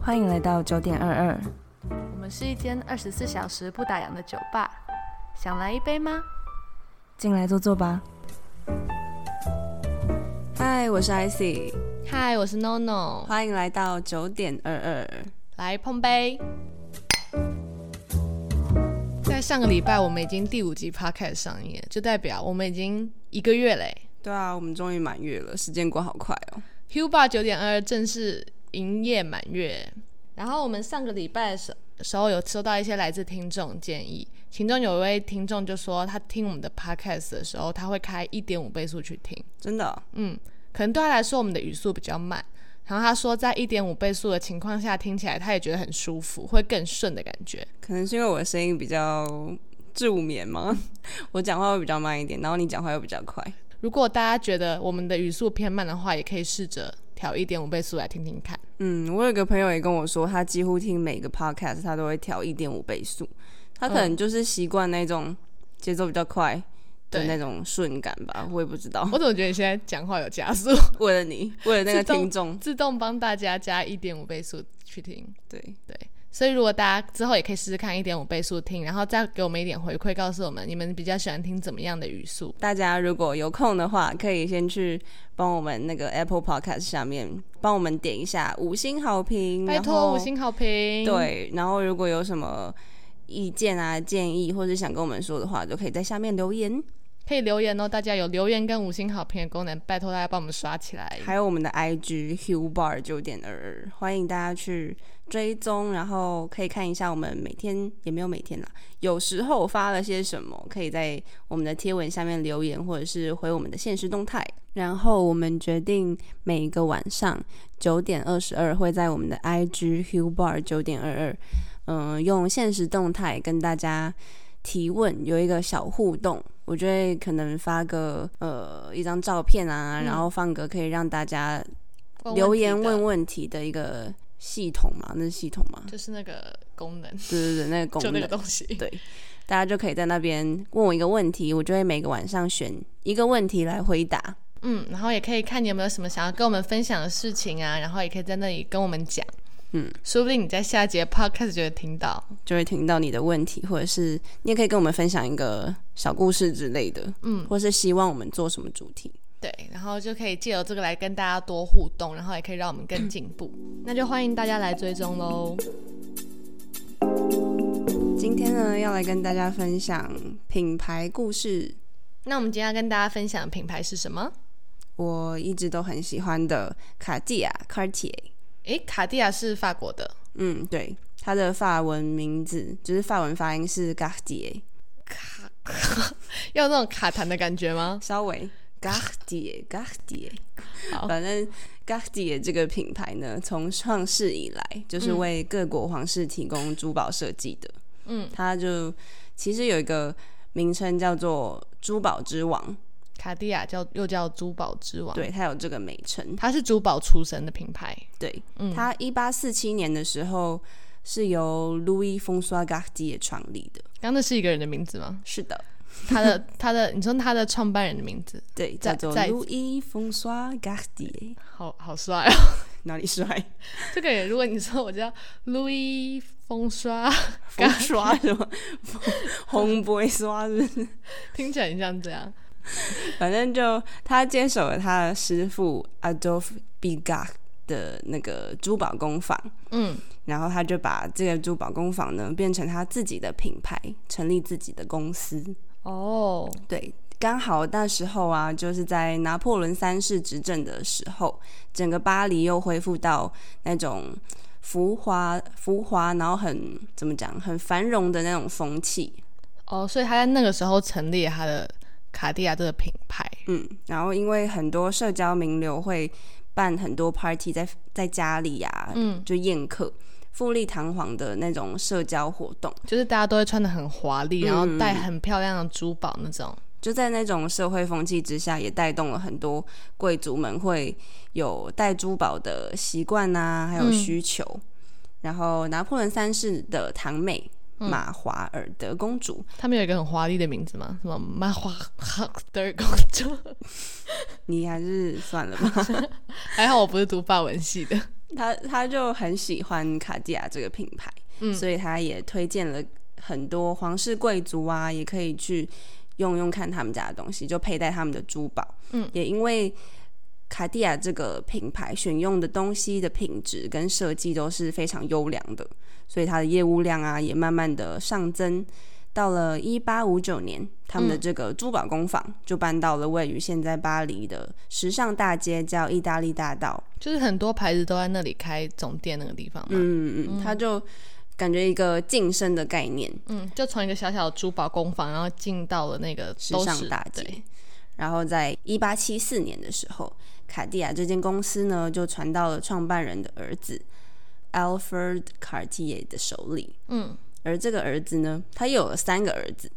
欢迎来到九点二二，我们是一间二十四小时不打烊的酒吧，想来一杯吗？进来坐坐吧。嗨，我是 IC，嗨，我是 NONO，欢迎来到九点二二。来碰杯。在上个礼拜，我们已经第五集 podcast 上映了，就代表我们已经一个月嘞、对啊，我们终于满月了，时间过好快哦。 Huba 九点二正式营业满月。然后我们上个礼拜的时时候有收到一些来自听众建议，其中有一位听众就说他听我们的 podcast 的时候，他会开一点五倍速去听，真的哦，嗯，可能对他来说我们的语速比较慢。然后他说，在一点五倍速的情况下听起来，他也觉得很舒服，会更顺的感觉。可能是因为我的声音比较助眠嘛， 我讲话会比较慢一点，然后你讲话又比较快。如果大家觉得我们的语速偏慢的话，也可以试着调一点五倍速来听听看。嗯，我有个朋友也跟我说，他几乎听每个 podcast 他都会调一点五倍速，他可嗯能就是习惯那种节奏比较快的对那种顺感吧，我也不知道。我怎么觉得你现在讲话有加速？ 为了你，为了那个自动听众，自动帮大家加一点五倍速去听。对，所以如果大家之后也可以试试看一点五倍速听，然后再给我们一点回馈，告诉我们你们比较喜欢听怎么样的语速。大家如果有空的话，可以先去帮我们那个 Apple Podcast 下面帮我们点一下五星好评，拜然托后五星好评。，对，然后如果有什么意见啊、建议，或者想跟我们说的话，都可以在下面留言。可以留言哦，大家有留言跟五星好评的功能，拜托大家帮我们刷起来。还有我们的 IG Hugh Bar 九点二二，欢迎大家去追踪，然后可以看一下我们每天也没有每天啦，有时候发了些什么，可以在我们的贴文下面留言，或者是回我们的现实动态。然后我们决定每一个晚上九点二十二会在我们的 IG Hugh Bar 九点二二，嗯，用现实动态跟大家提问，有一个小互动。我觉得可能发个呃一张照片啊，嗯然后放个可以让大家问问题的留言问问题的一个系统嘛，那是系统嘛？就是那个功能，对对对，那个就功那个能，东西。大家就可以在那边问我一个问题，我就会每个晚上选一个问题来回答。嗯，然后也可以看你有没有什么想要跟我们分享的事情啊，然后也可以在那里跟我们讲。嗯，说不定你在下节 podcast 就会听到。就会听到你的问题，或者是你也可以跟我们分享一个小故事之类的，嗯，或是希望我们做什么主题。对，然后就可以借由这个来跟大家多互动，然后也可以让我们更进步。那就欢迎大家来追踪喽。今天呢，要来跟大家分享品牌故事，那我们今天要跟大家分享的品牌是什么？我一直都很喜欢的卡地亚 （Cartier）。诶，卡地亚是法国的，嗯，对，它的法文名字就是法文发音是 Cartier，要有那种卡痰的感觉吗？稍微 Cartier，Cartier。好反正 Cartier 这个品牌呢，从上市以来就是嗯为各国皇室提供珠宝设计的。嗯，它就其实有一个名称叫做珠宝之王，卡地亚叫又叫珠宝之王，，对，它有这个美称。它是珠宝出身的品牌。对，嗯，它一八四七年的时候是由 Louis François Cartier 创立的。刚刚那是一个人的名字吗？是的，他的他的，你说他的创办人的名字，对，再叫做再 Louis François Cartier，好好帅哦！哪里帅？ 这个人，如果你说我叫 Louis 风刷， 风刷什么？红不会刷是不是？听起来很像这样。反正就他接手了他的师傅 Adolphe Bigard 的那个珠宝工坊，嗯，然后他就把这个珠宝工坊呢变成他自己的品牌，成立自己的公司。哦，对，刚好那时候啊，就是在拿破仑三世执政的时候，整个巴黎又恢复到那种浮华、浮华，然后很怎么讲，很繁荣的那种风气。哦，所以他在那个时候成立了他的卡地亚这个品牌。嗯，然后因为很多社交名流会办很多 party 在在家里呀、嗯，就宴客，富丽堂皇的那种社交活动，就是大家都会穿的很华丽，嗯然后戴很漂亮的珠宝那种。就在那种社会风气之下，也带动了很多贵族们会有戴珠宝的习惯呐，还有嗯需求。然后拿破仑三世的堂妹。嗯马华尔德公主，他们有一个很华丽的名字吗？什么马华哈德公主？你还是算了吧。还好我不是读法文系的。 他他就很喜欢卡地亚这个品牌，嗯所以他也推荐了很多皇室贵族啊，也可以去用用看他们家的东西，就佩戴他们的珠宝。嗯，也因为卡地亚这个品牌选用的东西的品质跟设计都是非常优良的，所以它的业务量啊也慢慢的上增。到了一八五九年，他们的嗯这个珠宝工坊就搬到了位于现在巴黎的时尚大街，叫意大利大道。就是很多牌子都在那里开总店那个地方嘛。嗯嗯，他就感觉一个晋升的概念，嗯，就从一个小小的珠宝工坊，然后进到了那个时都尚市大街对然后在一八七四年的时候，卡地亚这间公司呢就传到了创办人的儿子 Alfred Cartier 的手里。嗯，而这个儿子呢，他又有了三个儿子，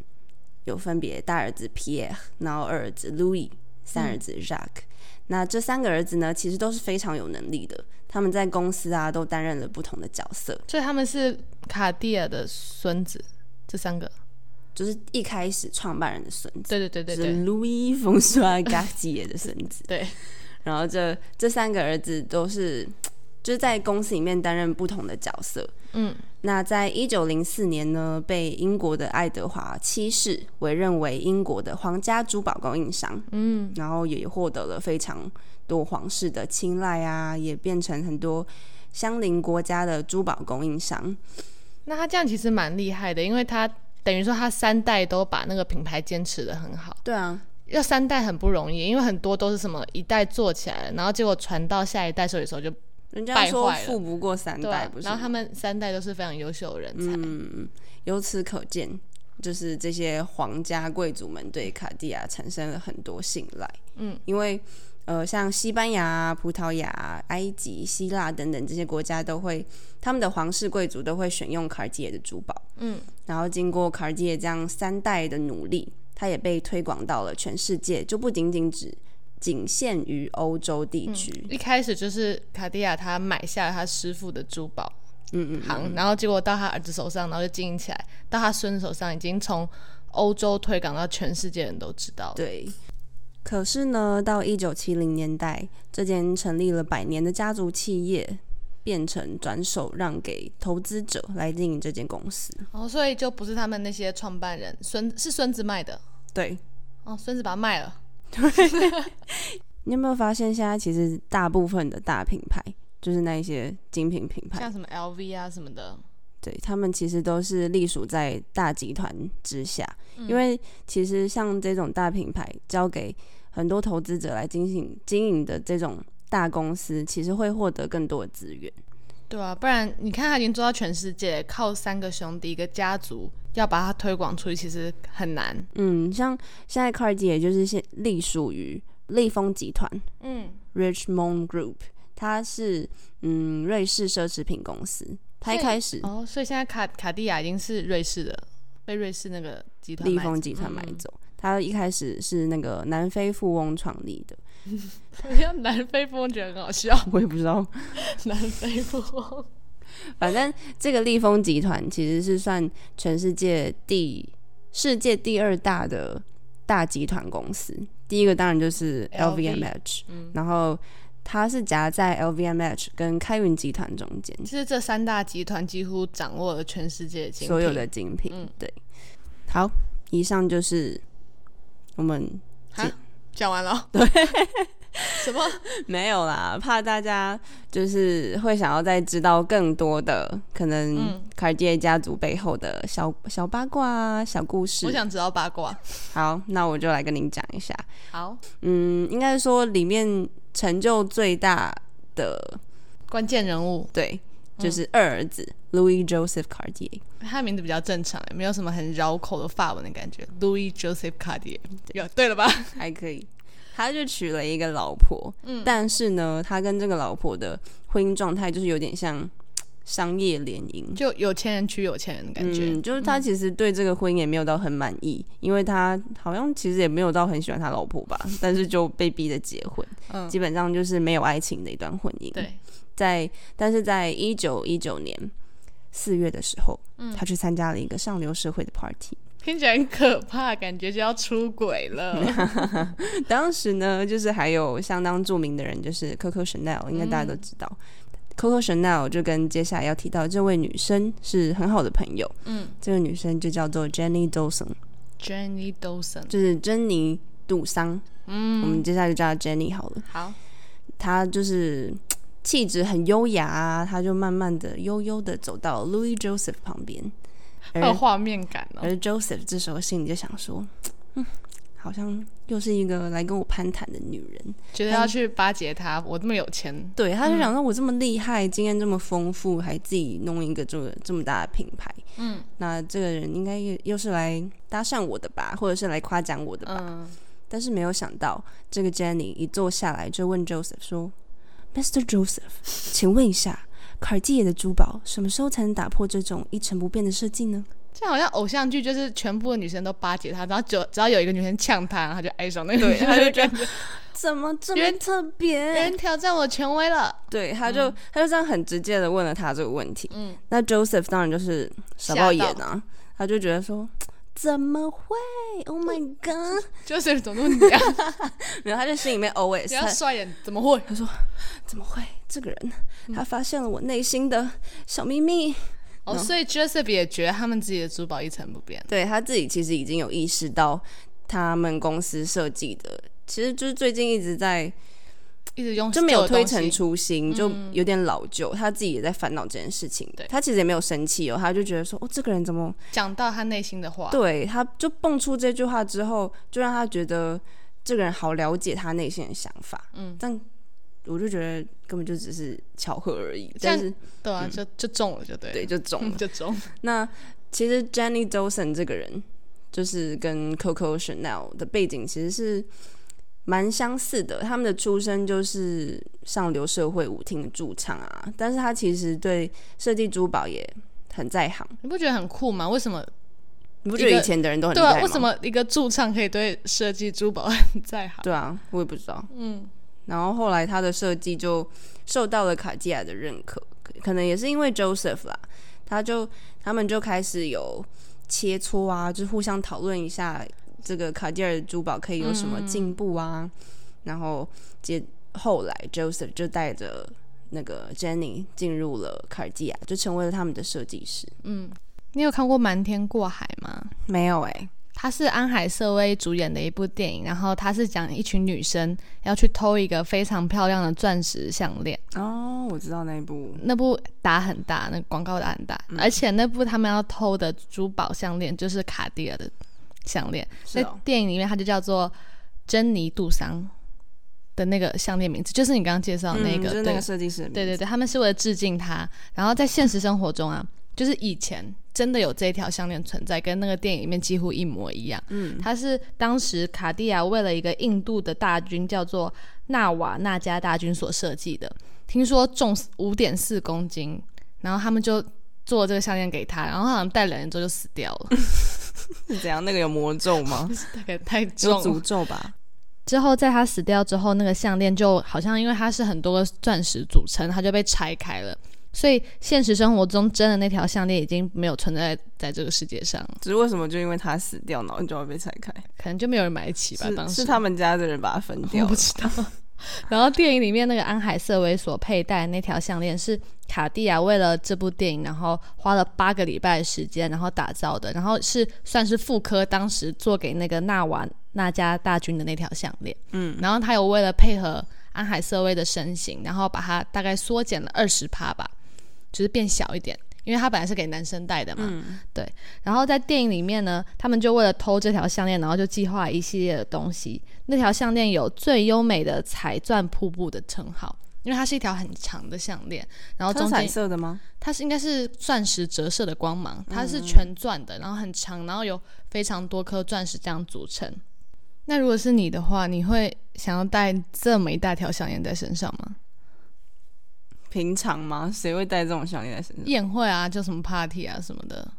有分别大儿子 Pierre，然后二儿子 Louis，三儿嗯子 Jacques。那这三个儿子呢，其实都是非常有能力的，他们在公司啊都担任了不同的角色。所以他们是卡地亚的孙子，这三个。就是一开始创办人的孙子，对对对对是对 Louis f r a n ç o i s Cartier 的孙子。 对，然后这这三个儿子都是就是在公司里面担任不同的角色。嗯，那在一九零四年呢，被英国的爱德华七世委任为英国的皇家珠宝供应商，嗯，然后也获得了非常多皇室的青睐啊，也变成很多相邻国家的珠宝供应商。那他这样其实蛮厉害的，因为他等于说他三代都把那个品牌坚持的很好。对啊，要三代很不容易，因为很多都是什么一代做起来了，然后结果传到下一代，所以说就人家败说坏了富不过三对啊、代，不是然后吗他们三代都是非常优秀的人才。嗯，由此可见，就是这些皇家贵族们对卡地亚产生了很多信赖。嗯，因为呃，像西班牙啊、葡萄牙啊、埃及、希腊等等这些国家都会，他们的皇室贵族都会选用卡地亚的珠宝。嗯，然后经过卡地亚这样三代的努力，它也被推广到了全世界，就不仅仅只仅限于欧洲地区。一开始就是卡地亚他买下了他师傅的珠宝嗯嗯行，然后结果到他儿子手上，然后就经营起来，到他孙子手上，已经从欧洲推广到全世界人都知道了。对。可是呢，到一九七零年代，这间成立了百年的家族企业，变成转手让给投资者来经营这间公司。哦，所以就不是他们那些创办人孙是孙子卖的，对，哦，孙子把它卖了，你有没有发现，现在其实大部分的大品牌，就是那一些精品品牌像，什么 LV 啊什么的，对他们其实都是隶属在大集团之下，因为其实像这种大品牌交给很多投资者来进行经营的这种大公司，其实会获得更多的资源。对啊，不然你看他已经做到全世界，靠三个兄弟一个家族要把它推广出去，其实很难。嗯，像现在 Cartier 就是现隶属于利丰集团嗯， （Richmond Group），它是嗯瑞士奢侈品公司。它一所以开始哦，所以现在卡卡地亚已经是瑞士的，被瑞士那个集团利买丰走集团买嗯走，它一开始是那个南非富翁创立的，我觉得 南非富翁觉得很好笑，我也不知道。南非富翁。反正这个利丰集团其实是算全世界第世界第二大的大集团公司，第一个当然就是 LV LVMH，嗯，然后它是夹在 LVMH 跟开云集团中间。 其实这三大集团几乎掌握了全世界的精品所有的精品。嗯对，好，以上就是我们讲完了，对， 什么？没有啦，怕大家就是会想要再知道更多的可能嗯卡地亚家族背后的小小八卦啊、小故我事。想知道八卦。好，那我就来跟您讲一下。好，嗯，应该说里面成就最大的，关键人物，对，就是嗯二儿子、Louis Joseph Cartier。 他的名字比较正常，没有什么很绕口的法文的感觉。Louis Joseph Cartier，有对了吧？还可以。他就娶了一个老婆，嗯但是呢，他跟这个老婆的婚姻状态就是有点像商业联姻，就有钱人娶有钱人的感觉。嗯，就是他其实对这个婚姻也没有到很满意，因为他好像其实也没有到很喜欢他老婆吧，但是就被逼着结婚，嗯基本上就是没有爱情的一段婚姻。，对，在但是在一九一九年四月的时候，嗯他去参加了一个上流社会的 party，听起来很可怕，感觉就要出轨 了。嗯当时呢，就是还有相当著名的人，就是 Coco Chanel，应该大家都知道。 Coco Chanel 就跟接下来要提到的这位女生是很好的朋友，嗯这个女生就叫做 Jenny Dawson， ，Jenny Dawson，就是珍妮杜桑，我们嗯，接下来就叫她 Jenny 好了。好，她就是气质很优雅啊，她就慢慢的悠悠的走到 Louis Joseph 旁边，好有画面感哦。而 Joseph 这时候心里就想说，嗯，好像又是一个来跟我攀谈的女人。嗯觉得要去巴结他，我这么有钱，对，他就想说，我这么厉害，经验这么丰富，还自己弄一个这个这么大的品牌，嗯那这个人应该又又是来搭讪我的吧，或者是来夸奖我的吧。嗯，但是没有想到，这个 Jenny 一坐下来就问 Joseph 说：“Mr. Joseph，请问一下，卡地耶的珠宝什么时候才能打破这种一成不变的设计呢？”这好像偶像剧，就是全部的女生都巴结他，然后只有只要有一个女生呛他，然后他就爱上那个女生，他就觉 得怎么这原么特有别人？挑战我权威了，对，他就、他就这样很直接的问了他这个问题。嗯，那 Joseph 当然就是傻吓爆眼到啊，他就觉得说。怎么会？Oh my god！ 就是怎么那啊么娘，然后他就心里面 always 你要他帅眼，怎么会？怎么会？这个人嗯他发现了我内心的小秘密。哦，所以 Joseph 也觉得他们自己的珠宝一成不变，对他自己其实已经有意识到，他们公司设计的其实就是最近一直在一直用就没有哦旧的东推西嗯陈，出新，就有点老旧。他自己也在烦恼这件事情。对他其实也没有生气哦，他就觉得说，哦，这个人怎么讲到他内心的话，对？他就蹦出这句话之后，就让他觉得这个人好了解他内心的想法。嗯，但我就觉得根本就只是巧合而已。这样但是对啊，就就中了，就对了，嗯对，就中了 嗯，。就 中，那其实 Jenny Dawson 这个人，就是跟 Coco Chanel 的背景其实是蛮相似的。他们的出身就是上流社会舞厅的驻唱啊，但是他其实对设计珠宝也很在行。你不觉得很酷吗？为什么？你不觉一得个以前的人都很厉对害吗？啊，为什？么一个驻唱可以对设计珠宝很在行？对啊，我也不知道。嗯，然后后来他的设计就受到了卡地亚的认可，可可能也是因为 Joseph 啦，他就他们就开始有切磋啊，就互相讨论一下这个卡地亚的珠宝可以有什么进步啊。然后接后来 Joseph 就带着那个 Jenny 进入了卡地亚，就成为了他们的设计师。你有看过《瞒天过海》吗？没有哎、它是安海瑟薇主演的一部电影，然后它是讲一群女生要去偷一个非常漂亮的钻石项链。哦，我知道那一部，那部打很大，那广告打很大，嗯而且那部他们要偷的珠宝项链就是卡地亚的项链。是在哦电影里面，它就叫做珍妮杜桑的那个项链名字，就是你刚刚介绍的那嗯个，就是那对个设计师的名字，对对对，他们是为了致敬他。然后在现实生活中啊，就是以前真的有这条项链存在，跟那个电影里面几乎一模一样。嗯，它是当时卡地亚为了一个印度的大军叫做纳瓦纳加大军所设计的，听说重五点四公斤，然后他们就。做这个项链给他，然后他好像戴两年之后就死掉了， 是怎样？那个有魔咒吗？大概太有重了。诅咒吧？之后，在他死掉之后，那个项链就好像因为它是很多个钻石组成，它就被拆开了。所以现实生活中真的那条项链已经没有存在在这个世界上了，只是为什么就因为他死掉，然后就要被拆开？可能就没有人买得起吧。当时是他们家的人把它分掉我不知道。然后电影里面那个安海瑟薇所佩戴的那条项链是卡地亚为了这部电影，然后花了八个礼拜的时间，然后打造的，然后是算是复刻当时做给那个纳瓦纳加大军的那条项链。嗯，然后他有为了配合安海瑟薇的身形，然后把它大概缩减了二十趴吧，就是变小一点。因为它本来是给男生戴的嘛，对。然后在电影里面呢，他们就为了偷这条项链，然后就计划一系列的东西。那条项链有最优美的彩钻瀑布的称号，因为它是一条很长的项链，然后它中是彩间色的吗？它是应该是钻石折射的光芒，它是全钻的，然后很长，然后有非常多颗钻石这样组成。那如果是你的话，你会想要戴这么一大条项链在身上吗？平常吗？谁会戴这种项链在身上？宴会啊，叫什么 party 啊什么的，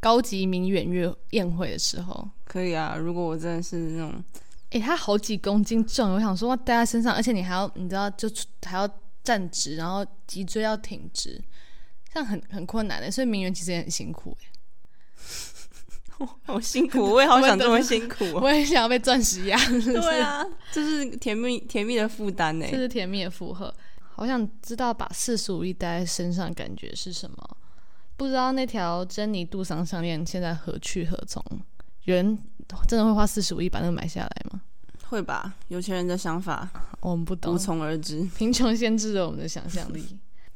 高级名媛乐宴会的时候，可以啊，如果我真的是那种， 诶，它好几公斤重，我想说哇戴在身上，而且你还要你知道就还要站直，然后脊椎要挺直，这样很很困难的，所以名媛其实也很辛苦、欸。好辛苦，我也好想这么辛苦哦。 我也想要被钻石压，对啊，这是甜蜜甜蜜的负担呢。这是甜蜜的负荷。好想知道把四十五亿带在身上感觉是什么。不知道那条珍妮杜桑项链现在何去何从？有人真的会花四十五亿把那个买下来吗？会吧？有钱人的想法我们不无 懂，从而知。贫穷限制了我们的想象 力。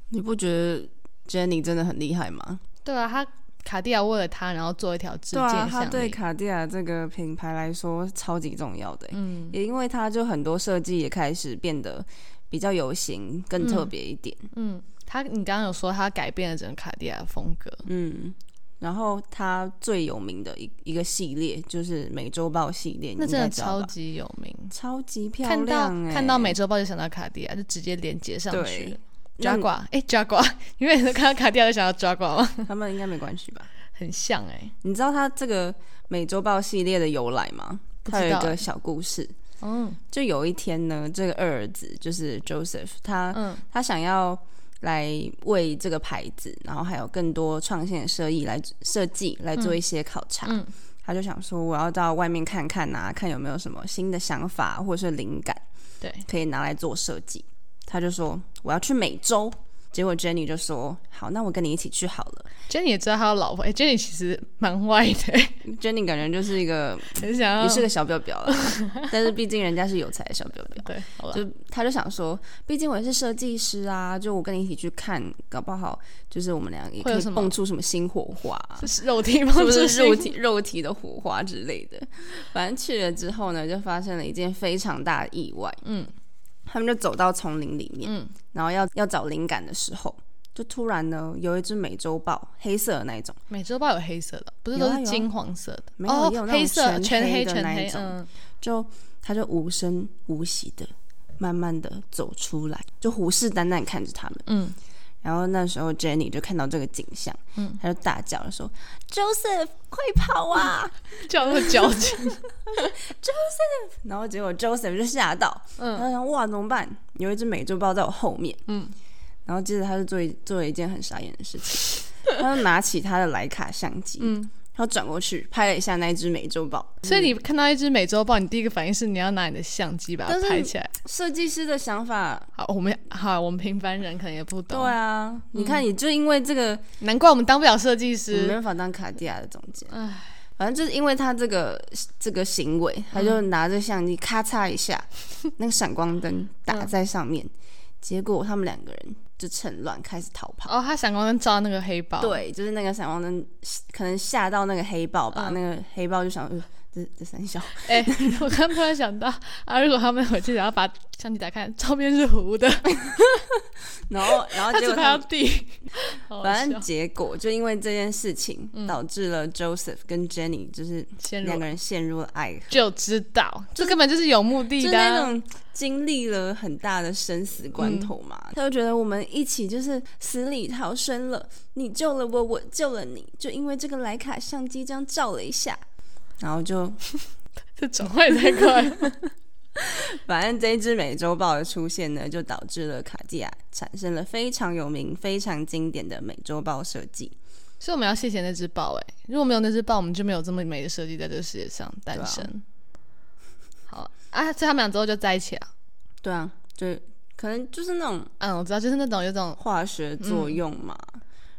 你不觉得 Jenny 真的很厉害吗？对啊，他卡地亚为了他，然后做一条直对戒啊，项它链。对卡地亚这个品牌来说超级重要的欸、嗯也因为它就很多设计也开始变得比较有型，更特别一点。嗯，他你刚刚有说他改变了整个卡地亚的风格。嗯，然后它最有名的一一个系列就是美洲豹系列，那你应真该的知道超吧级有名。超级漂看到亮、欸，看到美洲豹就想到卡地亚，就直接连接上去对。那你 Jaguar，哎、j a g u a r 你每次看到卡地亚就想到 Jaguar 吗？他们应该没关系吧？很像哎、你知道它这个美洲豹系列的由来吗？不知道它有一欸个小故事，嗯就有一天呢，这个二儿子就是 Joseph，他、嗯他想要来为这个牌子，然后还有更多创新的设计来设计来做一些考察。嗯他就想说，我要到外面看看啊，看有没有什么新的想法或者是灵感对，可以拿来做设计。他就说我要去美洲，结果 Jenny 就说好，那我跟你一起去好了。 Jenny 也知道他有老婆，哎、j e n n y 其实蛮坏的、 Jenny 感觉就是一个很想要也是个小表表了， 但是毕竟人家是有才的小表表。对，好吧，就他就想说，毕竟我也是设计师啊，就我跟你一起去看，搞不好就是我们俩也会可有以什么蹦出什么新火花啊，这 是肉体吗？是不 这是肉性体肉体的火花之类的？反正去了之后呢，就发生了一件非常大的意外。嗯，他们就走到丛林里面，嗯然后要要找灵感的时候，就突然呢有一只美洲豹，黑色的那一种，美洲豹有黑色的，不是有都啊是有啊金黄色的？没有也有哦，那种黑色全全黑的全那一黑，种嗯，就他就无声无息的慢慢的走出来，就虎视眈眈看着他们。嗯，然后那时候 Jenny 就看到这个景象，嗯嗯，她就大叫了说：“Joseph，快跑啊叫那么矫情，！” 然后结果 Joseph 就吓到，嗯嗯，他想哇怎么办？有一只美洲豹在我后面，嗯嗯，然后接着他就做一做了一件很傻眼的事情， 他就拿起他的徕卡相机，嗯嗯，他转过去拍了一下那一只美洲豹。所以你看到一只美洲豹，你第一个反应是你要拿你的相机把它但是拍起来。设计师的想法，好，我们好，我们平凡人可能也不对懂。，啊，你看也就因为这个，难怪我们当不了设计我没师。办法当卡地亚的总监。唉，反正就是因为他这个这个行为，他嗯就拿着相机咔嚓一 下，那个闪光灯嗯打在上面，结果他们两个人就趁乱开始逃跑。哦，他闪光灯照那个黑豹。，对，就是那个闪光灯可能吓到那个黑豹吧，嗯那个黑豹就想，呃、这这三小， 哎、我刚突然想到，啊，如果他们回去然后把相机打开，照片是糊的，然后然 后他哦结只果拍他到们地。好好反正笑嗯结果就因为这件事情，导致了 Joseph 跟 Jenny 就是陷两入个人陷入了爱河。就知道，这根本就是有目的就是的那啊、种经历了很大的生死关头嘛，嗯他就觉得我们一起就是死里逃生了，你救了我，我救了你，就因为这个徕卡相机这样照了一下，然后就这种会 太快。反正这一只美洲豹的出现呢，就导致了卡地亚产生了非常有名、非常经典的美洲豹设计。所以我们要谢谢那只豹哎、如果没有那只豹，我们就没有这么美的设计在这个世界上诞对啊生。好啊，所以他们俩之后就在一起了。对啊，就可能就是那种嗯，我知道，就是那种有种化学作用嗯嘛。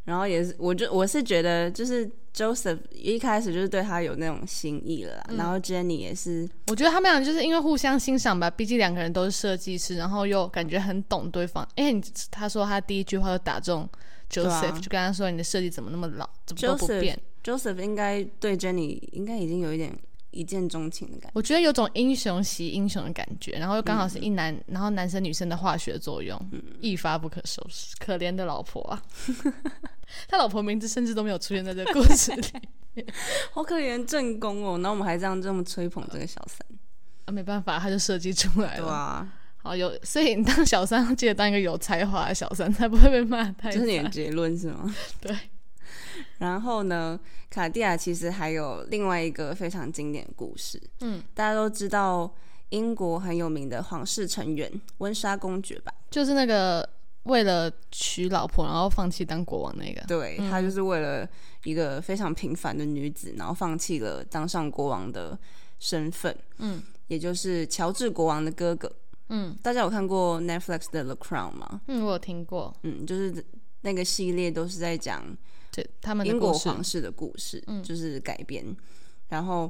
然后也是，我就我是觉得，就是 Joseph 一开始就是对他有那种心意了啦，然嗯后 Jenny 也是，我觉得他们俩就是因为互相欣赏吧，毕竟两个人都是设计师，然后又感觉很懂对方。哎、你他说他第一句话就打中 Joseph，、对啊就跟他说你的设计怎么那么老，怎么都不 Joseph 变。 Joseph 应该对 Jenny 应该已经有一点一见钟情的感觉。我觉得有种英雄惜英雄的感觉，然后又刚好是嗯一男，然后男生女生的化学作用，一发不可收拾。可怜的老婆啊，他老婆名字甚至都没有出现在这个故事 里好可怜正宫哦，然后我们还这样这么吹捧这个小三，啊，没办法，他就设计出来对了。啊，好有，所以你当小三要记得当一个有才华的小三，才不会被骂太这是你的惨。结论是吗？ 对。然后呢，卡地亚其实还有另外一个非常经典的故事，嗯，大家都知道英国很有名的皇室成员温莎公爵吧？就是那个为了娶老婆然后放弃当国王那个，对、他就是为了一个非常平凡的女子，然后放弃了当上国王的身份，嗯，也就是乔治国王的哥哥，嗯大家有看过 Netflix 的《The Crown》吗？嗯，我有听过，嗯，就是那个系列都是在讲对他们的英国故事，皇室的故事，嗯就是改编，然后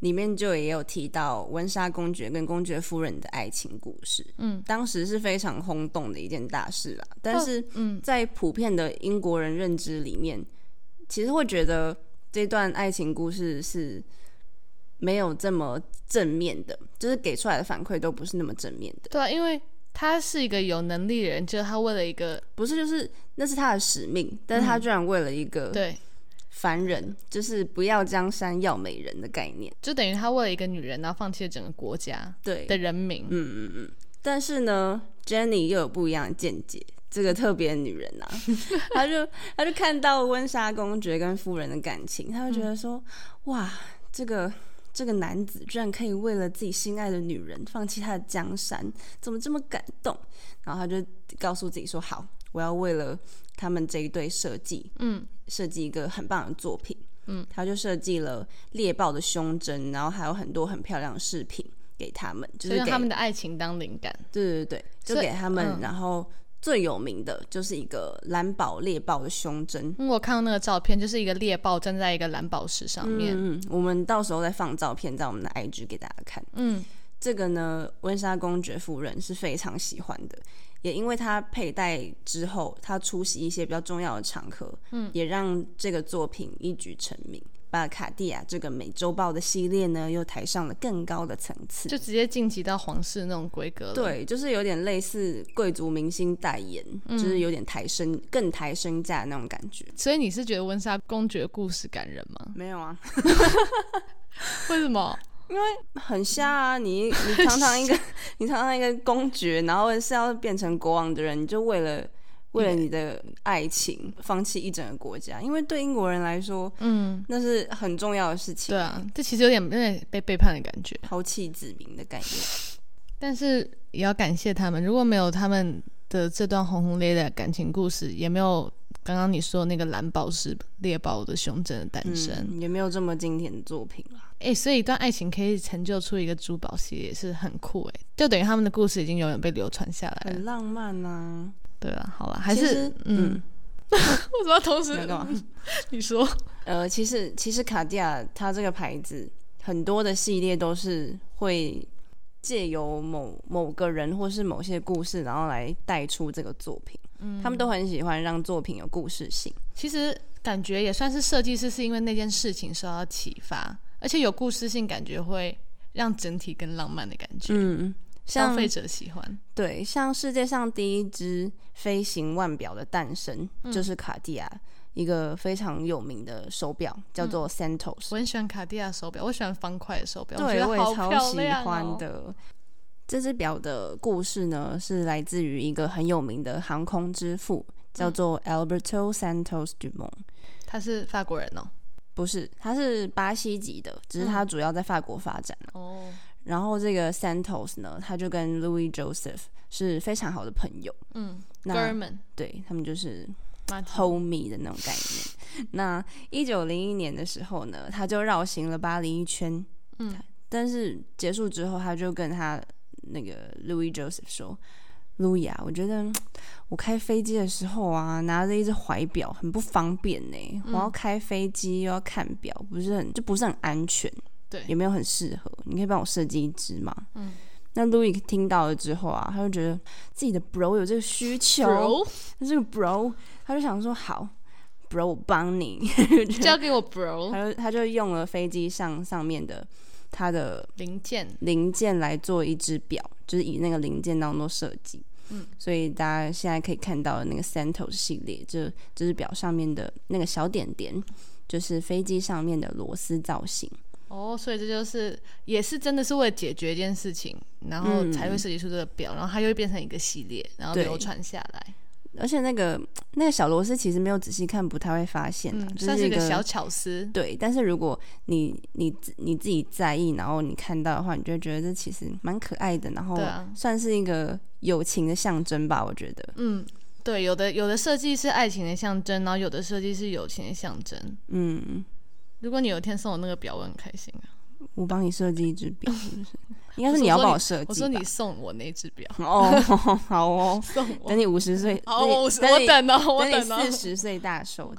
里面就也有提到温莎公爵跟公爵夫人的爱情故事，嗯当时是非常轰动的一件大事啦。但是嗯在普遍的英国人认知里面，其实会觉得这段爱情故事是没有这么正面的，就是给出来的反馈都不是那么正面的。对啊，因为他是一个有能力的人，就是他为了一个不是，就是那是他的使命，但是他居然为了一个嗯对，凡人，就是不要江山要美人的概念。就等于他为了一个女人，然后放弃了整个国家对，的人民。嗯嗯嗯。但是呢，Jenny 又有不一样的见解。这个特别的女 人呐、啊，她就她就看到温莎公爵跟夫人的感情，她就觉嗯得说，哇，这个这个男子居然可以为了自己心爱的女人放弃他的江山，怎么这么感动？然后她就告诉自己说，好，我要为了他们这一对设计嗯设计一个很棒的作品。嗯，他就设计了猎豹的胸针，然后还有很多很漂亮的饰品给他们，就所是以用给他们的爱情当灵感，对对对，就所以给他们。嗯然后最有名的就是一个蓝宝猎豹的胸针。嗯因为我看到那个照片，就是一个猎豹站在一个蓝宝石上面，嗯，嗯我们到时候再放照片在我们的 IG 给大家看。嗯这个呢，温莎公爵夫人是非常喜欢的，也因为她佩戴之后，她出席一些比较重要的场合，嗯，也让这个作品一举成名，把卡地亚这个美洲豹的系列呢又抬上了更高的层次。就直接晋级到皇室那种规格了。，对，就是有点类似贵族明星代言，就是有点抬身更抬身价那种感觉。所以你是觉得温莎公爵故事感人 吗？没有啊，为什么？很瞎啊！你 你堂堂一个你堂堂一个公爵，然后是要变成国王的人，你就为了为了你的爱情放弃一整个国家，因为对英国人来说嗯，那是很重要的事情，对啊，这其实有点有点被背叛的感觉，抛弃子民的概念。但是也要感谢他们，如果没有他们的这段轰轰烈烈的感情故事，也没有刚刚你说那个蓝宝石猎豹的胸针的诞生。嗯，也没有这么经典的作品了。哎、所以一段爱情可以成就出一个珠宝系列是很酷哎、就等于他们的故事已经永远被流传下来了。很浪漫啊。对了，好了，还其是实嗯， 为什么要同时你要干嘛？你说呃，其实其实卡地亚它这个牌子很多的系列都是会借由某某个人或是某些故事，然后来带出这个作品。嗯，他们都很喜欢让作品有故事性。其实感觉也算是设计师是因为那件事情受到启发，而且有故事性，感觉会让整体更浪漫的感觉，嗯，消像费者喜欢。对，像世界上第一只飞行腕表的诞生，嗯就是卡地亚一个非常有名的手表，嗯叫做 Santos。我很喜欢卡地亚手表，我喜欢方块的手表，对，觉我得也好超漂喜亮、哦、欢。的。这只表的故事呢，是来自于一个很有名的航空之父，叫嗯做 Alberto Santos Dumont。他是法国人哦，不是，他是巴西籍的，只是嗯他主要在法国发展。哦，然后这个 Santos 呢，他就跟 Louis Joseph 是非常好的朋友，嗯，哥那们，对他们就是妈 homie 的那种概 念。那一九零一年的时候呢，他就绕行了巴黎一圈，嗯，但是结束之后，他就跟他那个 Louis Joseph 说：“路易啊，我觉得我开飞机的时候啊，拿着一只怀表很不方便呢、嗯我要开飞机又要看表，不是很就不是很安全，对也没有很适合。你可以帮我设计一只吗？”嗯。那 Louis 听到了之后啊，他就觉得自己的 bro 有这个需求 bro，他这个 bro，他就想说好，bro 我帮 你，交给我 bro 他就他就用了飞机上上面的他的零件，零件来做一只表，就是以那个零件当做设计。嗯，所以大家现在可以看到的那个 Santos 系列，就这只表上面的那个小点点，就是飞机上面的螺丝造型。哦，所以这就是也是真的是为了解决一件事情，然后嗯才会设计出这个表，然后它又会变成一个系列，然后对流传下来，而且那个那个小螺丝其实没有仔细看，不太会发现、啊嗯，就算是一一个小巧思。对，但是如果你你自你自己在意，然后你看到的话，你就会觉得这其实蛮可爱的，然后对啊算是一个友情的象征吧，我觉得。嗯，对，有的有的设计是爱情的象征，然后有的设计是友情的象征。嗯，如果你有一天送我那个表，我很开心啊。 我帮你设计一只表，是不是？应该是你要我说帮我设计吧。我说你送我那只表， 哦，好哦，送我等。你五十岁， 哦，等你我是等我你等哦，我等你等哦四。十岁大寿。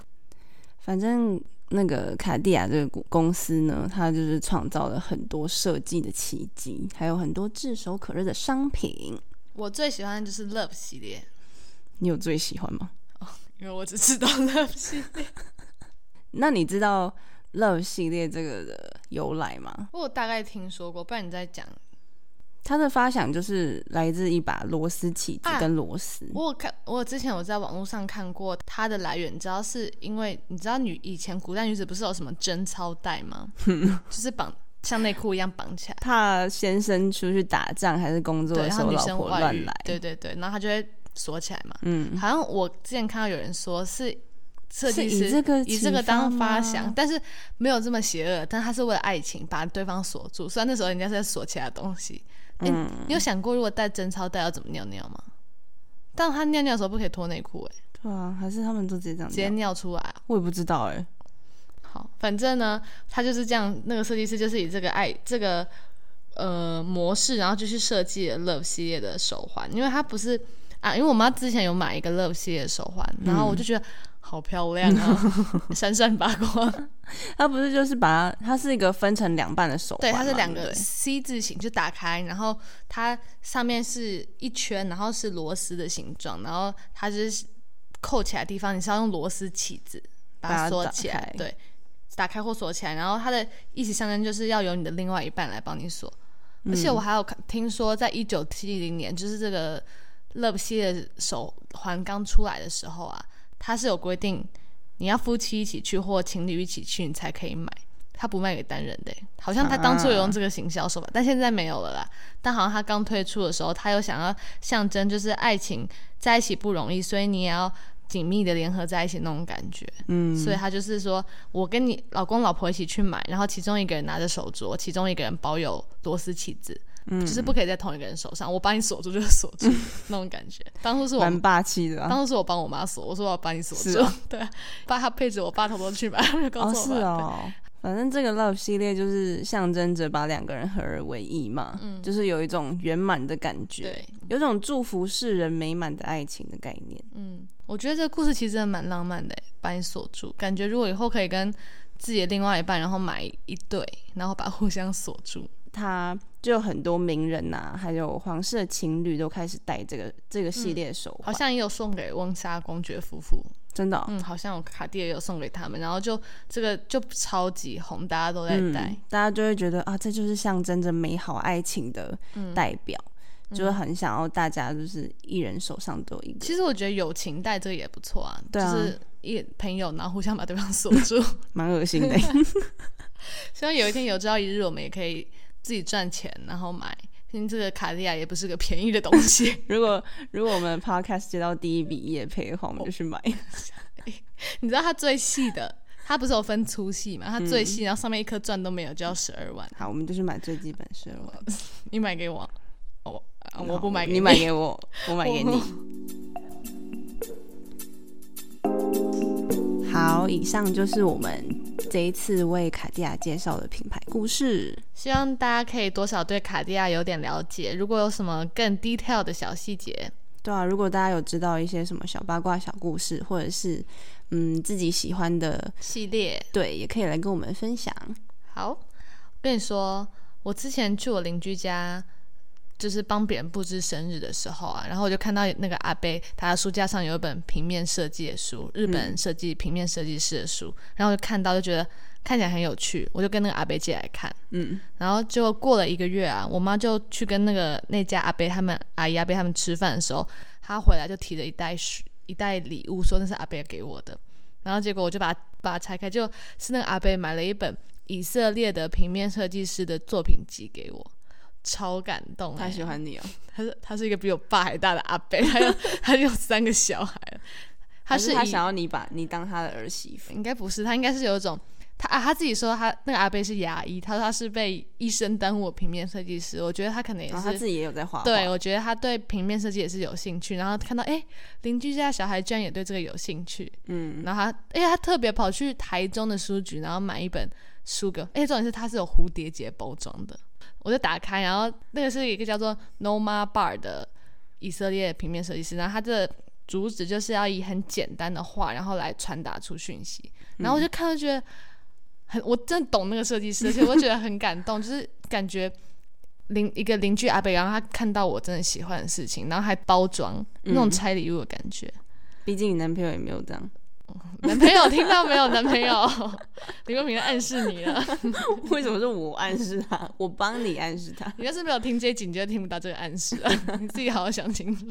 反正那个卡地亚这个公公司呢，它就是创造了很多设计的奇迹，还有很多炙手可热的商品。我最喜欢的就是 Love 系列，你有最喜欢吗？因为我只知道 Love 系 列。那你知道 Love 系列这个的由来吗？我有大概听说过，不然你再讲。它的发想就是来自一把螺丝起子啊跟螺丝。我有看，我之前有在网络上看过它的来源，你知道是因为你知道女以前古代女子不是有什么贞操带吗？ 就是绑像内裤一样绑起来，怕先生出去打仗还是工作对，的然时后候女老生婆外乱遇来，，对对对，然后她就会锁起来嘛。嗯，好像我之前看到有人说是设计是以师这个以这个启发当发吗想，但是没有这么邪恶，但他是为了爱情把对方锁住。虽然那时候人家是在锁其他东西，诶嗯你有想过如果带贞操带要怎么尿尿吗？但他尿尿的时候不可以脱内裤，哎，对啊，还是他们都直接这样直接讲。尿出来啊。我也不知道哎、好，反正呢，他就是这样，那个设计师就是以这个爱这个呃模式，然后就去设计了 Love 系列的手环，因为它不是啊，因为我妈之前有买一个 Love 系列的手环，然后我就觉得、好漂亮啊，闪闪发光。它不是就是把它，它是一个分成两半的手对，环它是嘛两对个不对 C 字形，就打开，然后它上面是一圈，然后是螺丝的形状，然后它就是扣起来的地方，你是要用螺丝起子把把它它锁打起来开，对，打开或锁起来。然后它的意思象征就是要由你的另外一半来帮你锁。而嗯且我还有看听说，在一九七零年，就是这个 Love 系列手环刚出来的时候啊，它是有规定，你要夫妻一起去或情侣一起去，你才可以买。它不卖给单人的欸、好像它当初有用这个行销手啊法，但现在没有了啦。但好像它刚推出的时候，它有想要象征就是爱情在一起不容易，所以你也要紧密的联合在一起那种感觉。嗯，所以他就是说我跟你老公老婆一起去买，然后其中一个人拿着手镯，其中一个人保有螺丝起子。嗯就是不可以在同一个人手上，我把你锁住就是锁 住那种感觉。当初是我蛮霸气的、啊。 当时是我帮我妈锁，我说我要把你锁是住，啊 对，把她配着我爸偷偷去买， 告哦，诉我是爸哦。反正这个 love 系列就是象征着把两个人合而为一嘛，就是有一种圆满的感对觉，嗯对，有种祝福世人美满的爱情的概念。嗯，我觉得这个故事其实真的蛮浪漫的欸，把你锁住，感觉如果以后可以跟自己的另外一半，然后买一对，然后把互相锁住，它就有很多名人呐、还有皇室的情侣都开始戴这个这个系列手环，嗯好像也有送给温莎公爵夫妇，真的哦、嗯，好像有卡地也有送给他们，然后就这个就超级红，大家都在戴，嗯，大家就会觉得啊，这就是象征着美好爱情的嗯代表，就是很想要大家就是一人手上都有一个，其实我觉得友情戴这个也不错啊，对啊就是一朋友，然后互相把对方锁住。 蛮恶心的。希望有一天有朝一日我们也可以自己赚钱，然后买。因为这个卡地亚也不是个便宜的东西，如果如果我们 podcast 接到第一笔业配的话，哦我们就去买。 你知道它最细的，它不是有分粗细嘛？它嗯最细，然后上面一颗钻都没有，就要十二万。好，我们就去买最基本十二万。你买给我，我、啊我不买给你买给我，我买给你。 好，以上就是我们这一次为卡地亚介绍的品牌故事。希望大家可以多少对卡地亚有点了解。如果有什么更 detail 的小细节，对啊，如果大家有知道一些什么小八卦、小故事，或者是嗯自己喜欢的，系列对，也可以来跟我们分享。好，我跟你说，我之前去我邻居家，就是帮别人布置生日的时候啊，然后我就看到那个阿贝，他的书架上有一本平面设计的书，日本设计平面设计师的书，然后我就看到就觉得看起来很有趣，我就跟那个阿贝借来看。嗯，然后就过了一个月啊，我妈就去跟那个那家阿伯他们阿姨阿伯他们吃饭的时候，她回来就提了一袋水一袋礼物，说那是阿伯给我的。然后结果我就把它把它拆开，就是那个阿伯买了一本以色列的平面设计师的作品集给我，超感动、欸。欢你哦，他是他是一个比我爸还大的阿 伯，他有他有三个小孩了，他还是是他以想要你把你当他的儿媳妇。应该不是，他应该是有一种，他啊他自己说他那个阿贝是牙医，他说他是被医生耽误的平面设计师，我觉得他可能也然哦后他是。自己也有在画画，对，我觉得他对平面设计也是有兴趣，然后看到哎，邻居家小孩居然也对这个有兴趣，嗯，然后他，而且他特别跑去台中的书局，然后买一本书给我。而且重点是它是有蝴蝶结包装的，我就打开，然后那个是一个叫做 Noma Bar 的以色列平面设计师，然后他的主旨就是要以很简单的话，然后来传达出讯息。然后我就看到觉得很，我真的懂那个设计师，而且我觉得很感动，就是感觉。邻一个邻居阿北，然后他看到我真的喜欢的事情，然后还包装那种嗯拆礼物的感觉，毕竟你男朋友也没有这样，男朋友听到没有？男朋友， 李梦平暗示你了， 为什么是我暗示他？我帮你暗示他，你要是没有听这一集，你就听不到这个暗示了。 你自己好好想清楚。，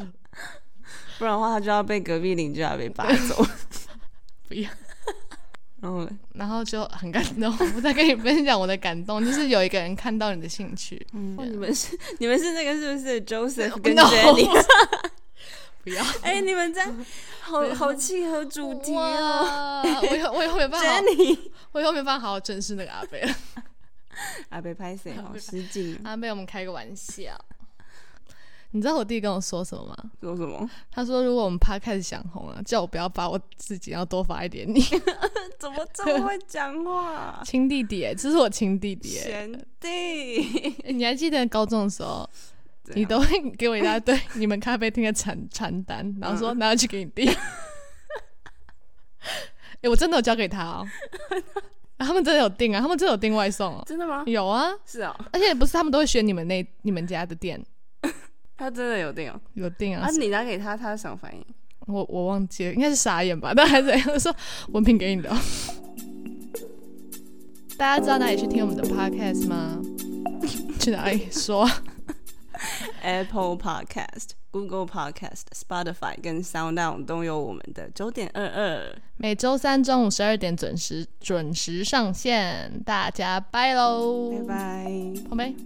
不然的话他就要被隔壁邻居啊被拔 走不要。然后嘞然后就很感动，我在跟你分享我的感动，就是有一个人看到你的兴趣， 嗯，哦，你们是 你们是那个是不是 Joseph 跟 No Jenny？不要 哎、你们这样好好契合主题哦。哇我以后我以后没办法好， Jenny，我以后没办法好好正视那个阿贝了。啊，被拍谁？好失敬啊！ 阿贝，我们开个玩笑。你知道我弟跟我说什么吗？说什么？他说如果我们 p 开始想红了，叫我不要发我自己，要多发一点 你。？怎么这么会讲话 亲弟弟耶，这是我亲弟弟耶。贤弟，欸你还记得高中的时候，怎样你都会给我一大堆你们咖啡厅的传传单，然后说拿去给你 弟。哎、我真的有交给他哦，啊他们真的有订啊，他们真的有订外送哦，真的吗？有啊，是啊、而且不是他们都会选你们那你们家的店他真的有定哦。有订啊啊，，你拿给他，他什么反应？我我忘记了，应该是傻眼吧，但还是说文凭给你的哦、大家知道哪里去听我们的 podcast 吗？去哪里说？ Apple Podcast、Google Podcast、Spotify 跟 Sound On 都有我们的九点二二，每周三中午十二点准时准时上线，大家拜喽，拜，拜。好没？